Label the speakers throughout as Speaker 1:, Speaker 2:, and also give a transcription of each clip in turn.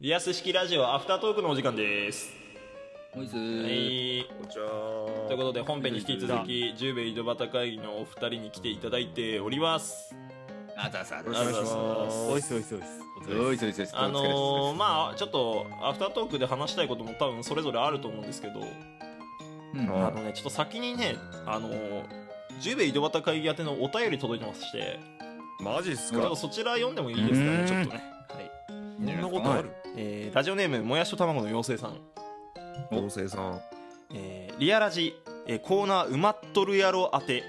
Speaker 1: リアス式ラジオアフタートークのお時間です。
Speaker 2: おいず
Speaker 1: はい。
Speaker 3: こんにちは
Speaker 1: ということで本編に引き続き十兵衛井戸端会議のお二人に来ていただいております。
Speaker 2: あざあざあざ
Speaker 1: あざあざ
Speaker 4: おいすおいすお
Speaker 2: おいず
Speaker 4: いす。
Speaker 2: おいずおいず
Speaker 1: あのー、まあちょっとアフタートークで話したいことも多分それぞれあると思うんですけど、
Speaker 2: うん
Speaker 1: あのねちょっと先にねあのー、十兵衛井戸端会議宛てのお便り届いてまして、
Speaker 3: マジっす
Speaker 1: ちょっ
Speaker 3: か
Speaker 1: とそちら読んでもいいですか
Speaker 4: う
Speaker 1: ね
Speaker 4: ん
Speaker 1: ちょっとね。はい。
Speaker 4: そんなことある
Speaker 1: えーラジオネームもやしと卵の妖精さん。
Speaker 3: 合成さん
Speaker 1: えーリアラジ、えーコーナー埋まっとるやろ当 て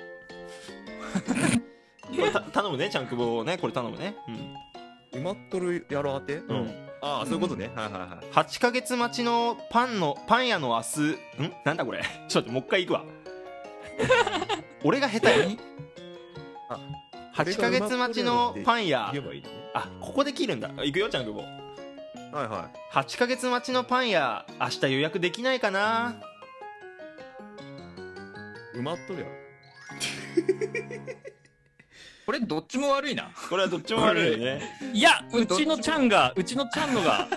Speaker 1: これた頼むねちゃんくぼねこれ頼むね、
Speaker 3: 埋まっとるやろ当てう
Speaker 1: うん
Speaker 3: ああそういうことねはいはいは
Speaker 1: 8ヶ月待ちのパンのパン屋の明日んなんだこれちょっと待ってもう一回いくわ 俺が下手や
Speaker 3: あ
Speaker 1: 8ヶ月待ちのパン屋
Speaker 3: い言えばいいね
Speaker 1: あここで切るんだいくよちゃんくぼ
Speaker 3: はいは
Speaker 1: 8ヶ月待ちのパン屋明日予約できないかな、
Speaker 3: い埋まっとるやろ
Speaker 2: これどっちも悪いな
Speaker 1: これはどっちも悪いね
Speaker 4: いや、うちのちゃんが、うちのちゃんのが、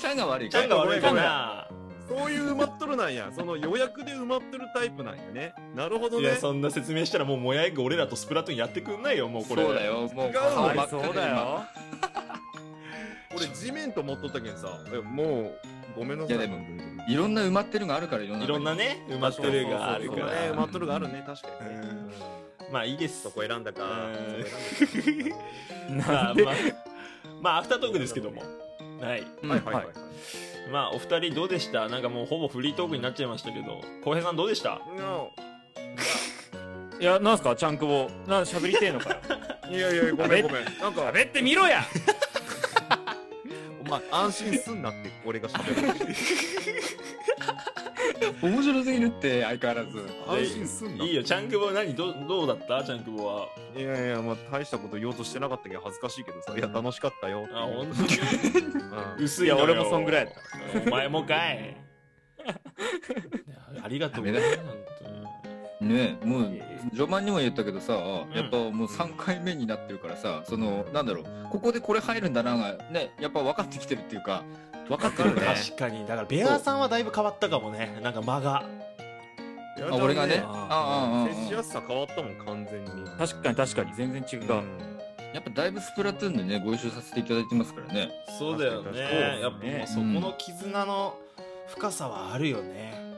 Speaker 2: ちゃんが悪い
Speaker 1: ちゃんが悪いか
Speaker 3: ごめん
Speaker 1: な
Speaker 3: そういう埋まっとるなんやその予約で埋まっとるタイプなんやねなるほど
Speaker 1: い
Speaker 3: ね
Speaker 1: やそんな説明したらもうもやエッグ俺らとスプラトゥーンやってくんないよもうこれ
Speaker 2: そうだよもう顔
Speaker 3: 違うの
Speaker 2: 真っ赤で
Speaker 4: そうだよ。
Speaker 3: 俺地面と思っとったけんさえもうごめんなさい
Speaker 2: いやでもいろんな埋まってるのがあるからいろんない
Speaker 1: ろんなね埋まってるがあるか
Speaker 3: そうそうそう
Speaker 1: ら
Speaker 3: ね埋まっとるがあるね確かにね
Speaker 1: うんまあいいです
Speaker 3: そこ選んだか
Speaker 1: うん
Speaker 3: そこ選んだ か
Speaker 1: まあまあまあアフタートークですけどもはい
Speaker 2: うん
Speaker 3: はいはいはい
Speaker 1: まあお二人どうでしたなんかもうほぼフリートークになっちゃいましたけど浩平さんどうでした
Speaker 3: の
Speaker 4: いや、なんすか、ちゃんくぼ。なん、喋りてえのかよ。
Speaker 3: いやいやごめんごめんなんか
Speaker 4: 喋ってみろや
Speaker 3: お前安心すんなって俺が 喋る
Speaker 2: 面白すぎるって相変わらず
Speaker 3: 安心すんない
Speaker 1: いよちゃんくぼは何どどうだったちゃんくぼはい
Speaker 3: やいやまあ大したこと言おうとしてなかったけど恥ずかしいけどさいや楽しかったよ
Speaker 1: あ本当に
Speaker 3: うん
Speaker 1: 薄いのよ
Speaker 4: いや俺もそんぐらいや
Speaker 1: お前もかいいやありがとうございます本当に
Speaker 2: ねえもう
Speaker 1: いやいや
Speaker 2: 序盤にも言ったけどさやっぱもう3回目になってるからさそのなんだろうここでこれ入るんだながねやっぱ分かってきてるっていうか分かってるね
Speaker 1: 確かにだからベアさんはだいぶ変わったかもねなんか間が
Speaker 2: あ俺がね
Speaker 3: あ
Speaker 2: あああああ
Speaker 3: 接し
Speaker 2: あ
Speaker 3: やすさ変わったもん完全に
Speaker 4: 確かに確かに、全然違う。
Speaker 2: やっぱだいぶスプラトゥーンでねご一緒させていただいてますからね
Speaker 1: そうだよねやっ
Speaker 4: 確
Speaker 1: ぱ
Speaker 4: かに確かに
Speaker 1: もうそこの絆の深さはあるよね、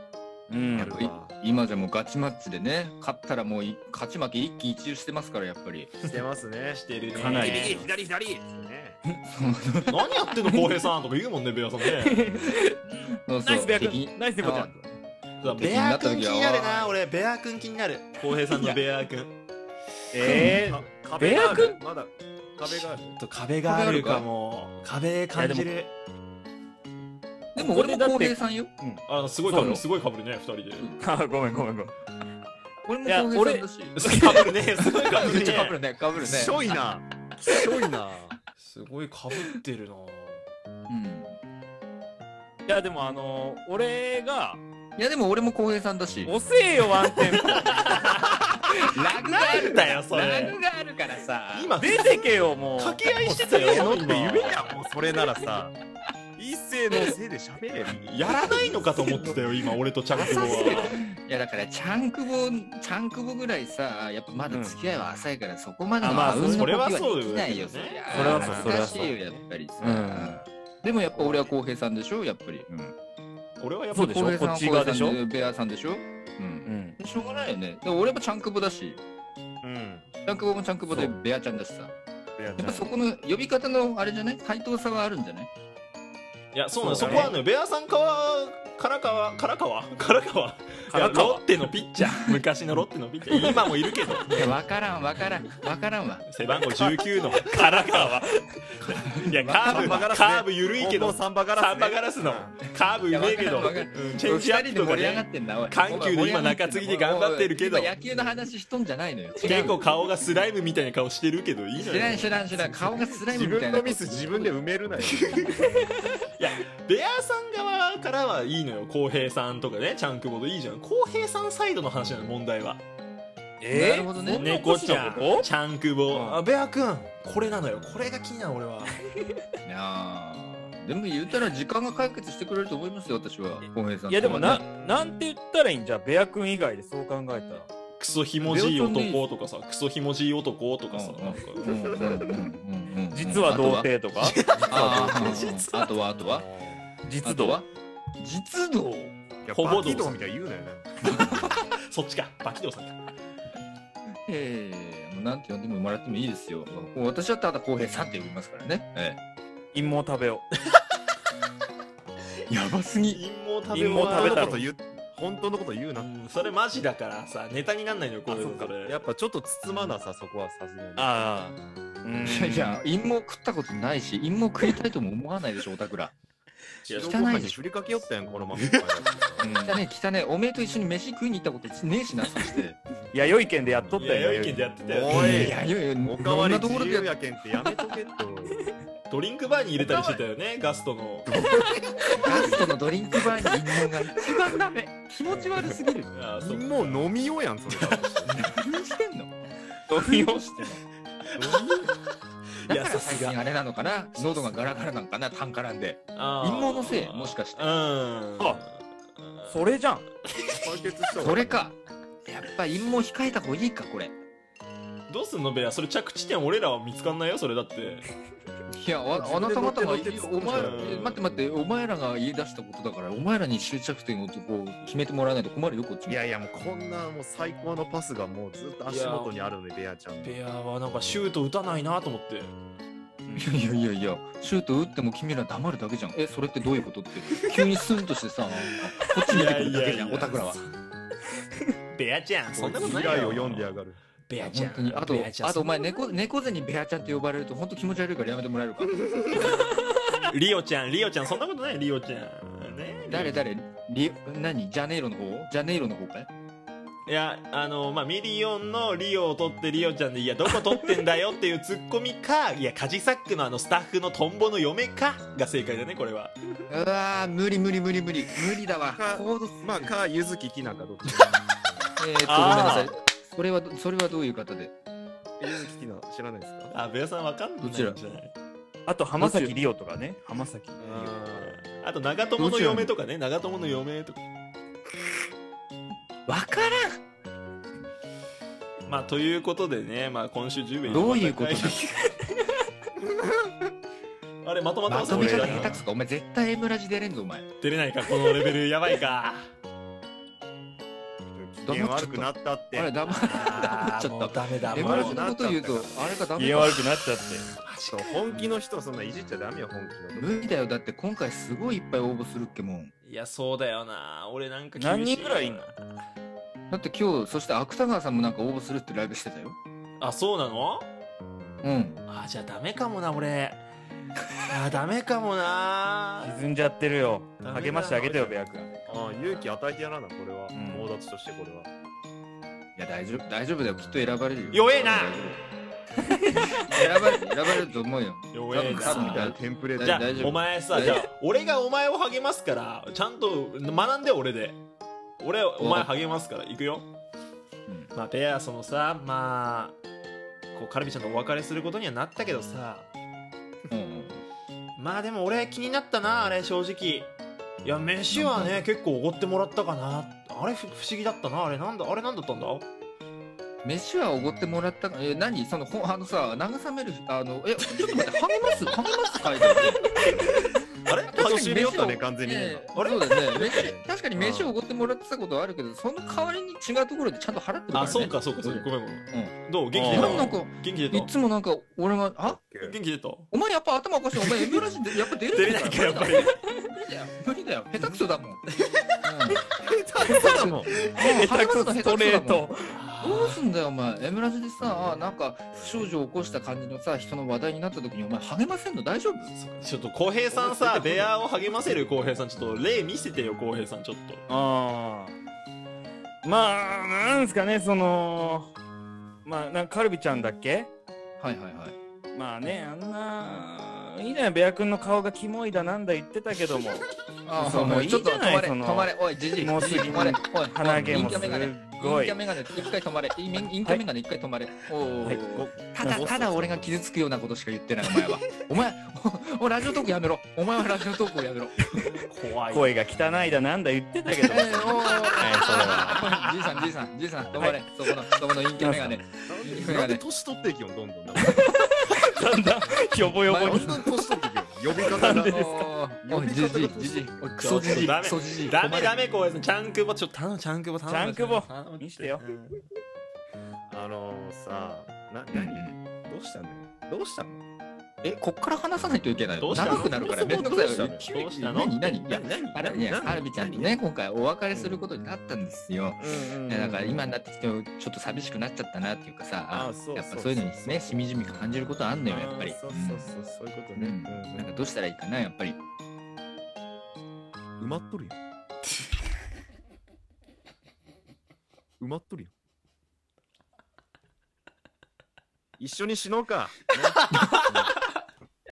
Speaker 4: うん
Speaker 3: や。る わ
Speaker 2: 今じゃもうガチマッチでね勝ったらもうい勝ち負け一喜一憂してますからやっぱり
Speaker 3: してますね
Speaker 1: してるね
Speaker 4: かなり
Speaker 3: 右左左ね
Speaker 1: 何やってんの浩平さんとか言うもんねベア さんね
Speaker 2: そう
Speaker 4: ナイスベア
Speaker 2: 敵に
Speaker 4: 君。ナイスベアちゃん。
Speaker 1: ベア君気になるな俺ベア君気になる浩平さんのベア君ち
Speaker 4: えー
Speaker 3: か壁があ
Speaker 4: ベア
Speaker 3: るまだ壁がある
Speaker 1: ょっと壁があるかも壁感じる
Speaker 2: でも俺も
Speaker 4: こ
Speaker 2: 浩
Speaker 4: こで
Speaker 2: 平
Speaker 4: だって
Speaker 2: さんよ
Speaker 1: あすごい
Speaker 4: そ
Speaker 1: か
Speaker 4: うよ
Speaker 1: ぶるすごいかぶるね二人で
Speaker 4: あごめんごめんごめん。
Speaker 2: 俺も
Speaker 4: いや
Speaker 2: 浩平さんだし
Speaker 1: かぶるねすごいかぶ
Speaker 2: めっ
Speaker 1: る
Speaker 2: ちゃかぶ
Speaker 1: ね
Speaker 2: るねかぶるね
Speaker 3: しょいなしょいな
Speaker 1: すごいかぶってるな
Speaker 2: うん
Speaker 4: いや、でもあのー、俺が、
Speaker 2: いやでも俺も浩平さんだし
Speaker 4: 遅えよ、ワンテン ポ。
Speaker 2: ラグがあ
Speaker 1: なん
Speaker 2: る
Speaker 1: だよそ
Speaker 2: ラ
Speaker 1: れ
Speaker 2: グがあるからさ
Speaker 1: 今
Speaker 4: 出てけよ、もう。
Speaker 1: 掛け合いしてたよ
Speaker 3: のって
Speaker 1: 今
Speaker 3: 夢やもうそれならさ一世のせいで喋れよ
Speaker 1: やらないのかと思ってた よ今俺とチャンクロはい
Speaker 2: やだからチャンクボチャンクボぐらいさやっぱまだ付き合いは浅いから、そこまで
Speaker 4: あ
Speaker 2: の
Speaker 4: まあ
Speaker 2: あうんの
Speaker 1: それ
Speaker 2: 呼
Speaker 1: は
Speaker 2: 吸
Speaker 1: そうだ
Speaker 2: はで
Speaker 1: よ
Speaker 2: き
Speaker 1: ね
Speaker 2: ないよ
Speaker 1: それ
Speaker 4: それはそうそれ
Speaker 2: 難
Speaker 4: は
Speaker 2: し
Speaker 4: そう
Speaker 2: いよやっぱりさ、
Speaker 4: うん
Speaker 2: でもやっぱ俺は浩平さんでしょやっぱり
Speaker 1: 俺はやっ
Speaker 4: そ
Speaker 1: ぱ
Speaker 4: うでし
Speaker 2: 浩平さん
Speaker 4: ょこ
Speaker 2: は
Speaker 4: っち
Speaker 2: 浩
Speaker 4: 側で
Speaker 2: 平さ
Speaker 4: しょ
Speaker 2: んでベアさんでしょうん
Speaker 4: うん。
Speaker 2: しょうがないよねでも俺もチャンクボだし
Speaker 3: うん
Speaker 2: チャンクボもチャンクボで
Speaker 4: そ
Speaker 2: ベアちゃんだしさ
Speaker 3: ベア
Speaker 2: やっ
Speaker 3: ちゃ
Speaker 2: ぱ
Speaker 3: ん
Speaker 2: そこの呼び方のあれじゃない対等さはあるんじゃない
Speaker 1: いやそうなのそ
Speaker 4: そうだ
Speaker 1: こ
Speaker 4: ね
Speaker 1: はねベアさんからからかわからかわからかわいや
Speaker 4: からかわ
Speaker 1: ロッテのピッチャー 昔のロッテのピッチャー 今もいるけど
Speaker 2: いや分からん分からん分からんわ
Speaker 1: 背番号19のからか わいやカーブ
Speaker 3: サンバガラス
Speaker 1: カ
Speaker 3: ね
Speaker 1: ーブ緩いけど
Speaker 3: もうサンバガラスね
Speaker 1: サンバガラスのカーブうめえけど
Speaker 2: いやわかるわか
Speaker 1: うんチェンジアップとか
Speaker 2: 二人で盛り上がっ
Speaker 1: ね
Speaker 2: てんだおい
Speaker 1: 緩急で今中継ぎで頑張ってるけど
Speaker 2: 今野球の話しとんじゃないのよ違う
Speaker 1: 結構顔がスライムみたいな顔してるけどいいの
Speaker 2: 知らん
Speaker 1: よ
Speaker 2: 知らん知らん顔がスライム
Speaker 3: 自
Speaker 2: みたい
Speaker 3: 分
Speaker 2: な
Speaker 3: のミス自分で埋めるなよ
Speaker 1: ベアさん側からはいいのよ浩平さんとかねちゃんくぼといいじゃん浩平さんサイドの話なの問題は
Speaker 4: え
Speaker 2: な
Speaker 4: ー
Speaker 2: るほどね
Speaker 4: そんな
Speaker 1: 猫
Speaker 4: こし
Speaker 1: ち
Speaker 4: な
Speaker 1: ゃ
Speaker 4: いこ
Speaker 1: んちゃんくぼ
Speaker 4: うん
Speaker 1: あベアくんこれなのよこれが気になる俺は
Speaker 2: なあでも言うたら時間が解決してくれると思いますよ、私は。浩平さんとはね。
Speaker 4: いやでもな、なんて言ったらいいんじゃ、ベア君以外でそう考えたら。
Speaker 1: クソひもじい男とかさ、クソひもじい男とかさ、なんか、
Speaker 2: うんうんうんうんうんうん。
Speaker 4: 実は童貞とか
Speaker 2: あとは。あーあとは、あとは。
Speaker 4: 実
Speaker 2: あと
Speaker 4: 度
Speaker 2: は実度
Speaker 3: や
Speaker 1: ほぼどう
Speaker 3: バキドーみたいに言うなよね。
Speaker 1: そっちか、バキドウさんか。
Speaker 2: ええもうなんて呼んでももらってもいいですよ。もう私はただ浩平さんって呼びますからね。え
Speaker 4: 陰謀食べよ
Speaker 2: えやばすぎ。
Speaker 1: 陰謀食べ
Speaker 4: 陰謀食べ
Speaker 1: は
Speaker 4: たろ
Speaker 3: 本当のこと言う本当のこと言う
Speaker 1: う
Speaker 3: な。
Speaker 1: んそれマジだからさ、ネタになんないのよ、こ
Speaker 3: あ
Speaker 1: れ
Speaker 3: そっ。か
Speaker 1: それ
Speaker 3: やっぱちょっと包まなさそこはさすがに
Speaker 4: う。ああ。うん
Speaker 2: いやいや、陰謀食ったことないし、陰謀食いたいとも思わないでしょ、オタクら。
Speaker 1: いや
Speaker 3: 白ご飯に振りかけよったやんこのま
Speaker 2: う
Speaker 3: ま
Speaker 2: ん、汚ね汚ね、おめえと一緒に飯食いに行ったことねえしな、そして。
Speaker 4: 弥生県でやっとったよ。
Speaker 1: 弥生県でやってたよ。
Speaker 3: おい
Speaker 2: いやいやいや、
Speaker 3: おかわり
Speaker 2: いろんなところ
Speaker 3: 自
Speaker 2: でやっ
Speaker 3: 由やけんってやめとけって
Speaker 1: ドリンクバーに入れたりしてたよね、ガストの。
Speaker 2: ガストのドリンクバーに陰謀が一番ダメ。気持ち悪すぎる。
Speaker 1: あーそっか
Speaker 3: もう飲みようやんそれだとして
Speaker 2: 何してんの
Speaker 4: 飲みをして
Speaker 1: い
Speaker 2: だ
Speaker 1: や
Speaker 2: から
Speaker 1: さす
Speaker 2: 最近
Speaker 1: が
Speaker 2: あれなのかな喉がガラガラなんかな、タンカランで。
Speaker 1: あー
Speaker 2: 陰謀のせいもしかして
Speaker 1: うん
Speaker 4: あそれじゃん。
Speaker 3: 解決しそう
Speaker 2: それか。やっぱ陰謀控えた方がいいか、これ。
Speaker 1: どうすんのベアそれ着地点俺らは見つかんないよそれだって
Speaker 2: いや、ああなた方が、お
Speaker 3: 自分で乗って乗って
Speaker 2: 前ら、
Speaker 1: うん
Speaker 2: え待って待って、お前らが言い出したことだから、お前らに終着点をこう決めてもらわないと困るよ、こっちも
Speaker 3: いやいやもうこんなもう最高のパスがもうずっと足元にあるのにベアちゃん
Speaker 1: ベアはなんかシュート打たないなと思って
Speaker 2: いやいやいや、シュート打っても君ら黙るだけじゃん。え、それってどういうことって。急にスンとしてさ、なんかこっち見てくるだけじゃん、オタクらは。
Speaker 1: ベアちゃんそんなことない
Speaker 3: 未来
Speaker 1: よ
Speaker 3: を読んでやがる
Speaker 1: ベアちゃ
Speaker 2: 本
Speaker 1: ん
Speaker 2: 当に。あと
Speaker 1: ベアち、ゃん
Speaker 2: あとお前、猫、猫背にベアちゃんって呼ばれると本当気持ち悪いからやめてもらえるか。
Speaker 1: リオちゃんリオちゃんそんなことないリオちゃんね
Speaker 2: 誰誰リ、何ジャネイロの方ジャネイロの方かい
Speaker 1: いやあのまあミリオンのリオを取ってリオちゃんでいやどこ取ってんだよっていうツッコミかいやカジサックのあのスタッフのトンボの嫁かが正解だねこれは
Speaker 2: うわー、無理無理無理無理。無理だわ。
Speaker 3: か
Speaker 2: コード
Speaker 3: まあかゆずききなんかどっち
Speaker 2: えーっと、ごめんな
Speaker 4: あ
Speaker 2: さ
Speaker 4: ー
Speaker 2: い。それは、それはどういう方で
Speaker 3: ゆずききな知らないですか
Speaker 1: あベアさんわかんないんじゃ
Speaker 2: ど
Speaker 1: ない
Speaker 4: あと浜崎リオとかね。浜崎リ
Speaker 1: あと長友の嫁とかね長友の嫁とか
Speaker 2: わからん
Speaker 1: まあということでね、まあ、今週10名
Speaker 2: どういうことなの
Speaker 1: あれまとまって
Speaker 2: ま
Speaker 1: ます
Speaker 2: とめ
Speaker 1: 俺
Speaker 2: 方
Speaker 1: ら
Speaker 2: 下手くそか。お前絶対 M ラジ出れんぞ、お前。
Speaker 1: 出れないかこのレベルやばいか
Speaker 3: 機嫌悪くなったって
Speaker 2: あれ、黙
Speaker 1: あ
Speaker 2: ちょっと
Speaker 1: もうダメだ
Speaker 2: エ
Speaker 1: も
Speaker 2: ム
Speaker 1: う
Speaker 2: ラジのこと言うと、あれがダ
Speaker 4: オ。
Speaker 2: メ
Speaker 4: 機嫌
Speaker 2: だ。
Speaker 4: 悪くなっちゃって。
Speaker 3: そう本気の人そんないじっちゃダメよ本気の
Speaker 2: 無理だよ。だって今回すごいいっぱい応募するっけもん。
Speaker 1: いやそうだよな俺なんか
Speaker 4: 何人ぐらいいんの
Speaker 2: だって今日、そして芥川さんもなんか応募するってライブしてたよ。
Speaker 1: あそうなの
Speaker 2: うん。
Speaker 1: あじゃあダメかもな俺あダメかもな
Speaker 4: 沈んじゃってるよ。
Speaker 1: ダメだ
Speaker 4: 励ましてあげてよ、ベア君。
Speaker 3: ああ勇気与えてやらなこれは
Speaker 2: ん
Speaker 3: 友達としてこれはい
Speaker 2: や、大丈夫、大丈夫だよ。きっと選ばれるよ。
Speaker 1: 弱えな
Speaker 2: 選ばれる、選ばれると思うよ。
Speaker 1: 弱え
Speaker 2: 多分
Speaker 3: みたい
Speaker 1: な
Speaker 3: なテンプレート
Speaker 1: じゃあ
Speaker 2: 大丈夫
Speaker 1: お前さじゃあ俺がお前を励ますからちゃんと学んで俺で俺お前励ますからいくよ
Speaker 2: うん
Speaker 1: まあペアそのさまあこうカルビちゃんとお別れすることにはなったけどさ
Speaker 2: うん
Speaker 1: まあでも俺気になったなあれ正直いや飯はね結構おごってもらったかなあれふ不思議だったなあれなんだあれなんだったんだ
Speaker 2: うん。飯はおごってもらったかえ、何その、ほあのさ、慰める、あの、え、ちょっと待って、はめますはめます書いてある
Speaker 1: あれ
Speaker 2: 確かに
Speaker 3: 年寄ったね完全に今
Speaker 2: ええそうだ ね。飯確かに飯
Speaker 3: う
Speaker 2: を
Speaker 3: ん
Speaker 2: おごってもらってたことはあるけど、その代わりに違うところでちゃんと払ってるからね。
Speaker 1: あそうかそうかそうかごめんごめんどう元気
Speaker 2: な
Speaker 1: 出
Speaker 2: ん
Speaker 1: た
Speaker 2: か。
Speaker 4: う
Speaker 2: なんか、
Speaker 1: 元気出
Speaker 2: い
Speaker 1: た
Speaker 2: つもなんか、俺が、あ
Speaker 1: 元気出た
Speaker 2: お前やっぱ頭おかしい。お前 M ラジでやっぱ出る
Speaker 1: 出れないかやっぱり
Speaker 2: 無理だよ。無理だよ。下手くそだもん。
Speaker 3: だもん
Speaker 2: うん
Speaker 4: 下手くそストレー。
Speaker 2: うん
Speaker 4: ト。
Speaker 2: どうすんだよ、お前。M ラジでさ、なんか、不祥事を起こした感じのさ、人の話題になった時に、お前励ませんの大丈夫
Speaker 1: ちょっと浩平さんさベアを励ませる浩平さんちょっと例見せてよ浩平さんちょっと
Speaker 4: ああ。まあ、なんですかね、その、まあ、なんかカルビちゃんだっけ
Speaker 2: はいはいはい。
Speaker 4: まあね、あんな、いいね、ベア君の顔がキモいだなんだ言ってたけども、
Speaker 2: あ
Speaker 4: そう
Speaker 2: もうちょっと
Speaker 4: いいじゃな
Speaker 2: 止
Speaker 4: い
Speaker 2: まれ、
Speaker 4: その
Speaker 2: 止まれ、おい、じじい、
Speaker 4: もうすぐに
Speaker 2: 止まれ、おい、
Speaker 4: 鼻毛も
Speaker 2: 人
Speaker 4: す
Speaker 2: 気
Speaker 4: っ
Speaker 2: メガネ
Speaker 4: ご
Speaker 2: 陰
Speaker 4: い
Speaker 2: キャメガネ一回止まれ。陰陰キャメガネ一回止まれ。おお、
Speaker 4: はい
Speaker 2: ただ、ただ俺が傷つくようなことしか言ってない、お前は。お前、おおラジオトークやめろ。お前はラジオトークをやめろ。
Speaker 1: 怖い
Speaker 4: 声が汚いだなんだ言ってたけど
Speaker 2: えーおー
Speaker 4: それ
Speaker 2: じいさん、じいさん、じいさん、止まれ。そこの、そこの陰キャメガネ。
Speaker 3: なんでなんで年取っていきよんどんどんだか
Speaker 4: だんだんひょぼよぼ
Speaker 3: ら
Speaker 4: に
Speaker 3: 本当に年取っていきよん呼び方が
Speaker 2: おい、じじい、じじい、おいクソじじい、
Speaker 1: ダメ
Speaker 2: クソじじい。
Speaker 1: ダ
Speaker 2: 止ま
Speaker 1: メ
Speaker 2: れ
Speaker 1: ダメこうちゃんくぼちょっと頼むちゃんくぼ頼む
Speaker 4: ちゃんくぼ
Speaker 1: 頼むって
Speaker 4: 見してよ
Speaker 1: うん
Speaker 3: あのーさな
Speaker 2: うんう
Speaker 3: 何
Speaker 2: ん
Speaker 3: どうしたのどうしたの
Speaker 2: え、こっから話さないといけない
Speaker 1: ど
Speaker 2: の
Speaker 1: うしたの
Speaker 2: 長くなるからめんどくさいよ。
Speaker 1: どうしたのどうしたの
Speaker 2: 何何いや、
Speaker 3: 何
Speaker 2: あれね、ハルビちゃんとね、今回お別れすることになったんですよ。いやだから今になってきてもちょっと寂しくなっちゃったなっていうかさ、
Speaker 3: あ
Speaker 2: あ
Speaker 3: そう
Speaker 2: やっぱ
Speaker 3: そう
Speaker 2: そういうのにね、しみじみ感じることあんのよ、やっぱり
Speaker 3: あー。そうそうそうそういうこと
Speaker 2: うんう
Speaker 3: ね
Speaker 2: ん
Speaker 3: うん
Speaker 2: なんかどうしたらいいかな、やっぱり。
Speaker 3: 埋まっとるや ん。埋まっとるやん。 一緒に死のうか。ね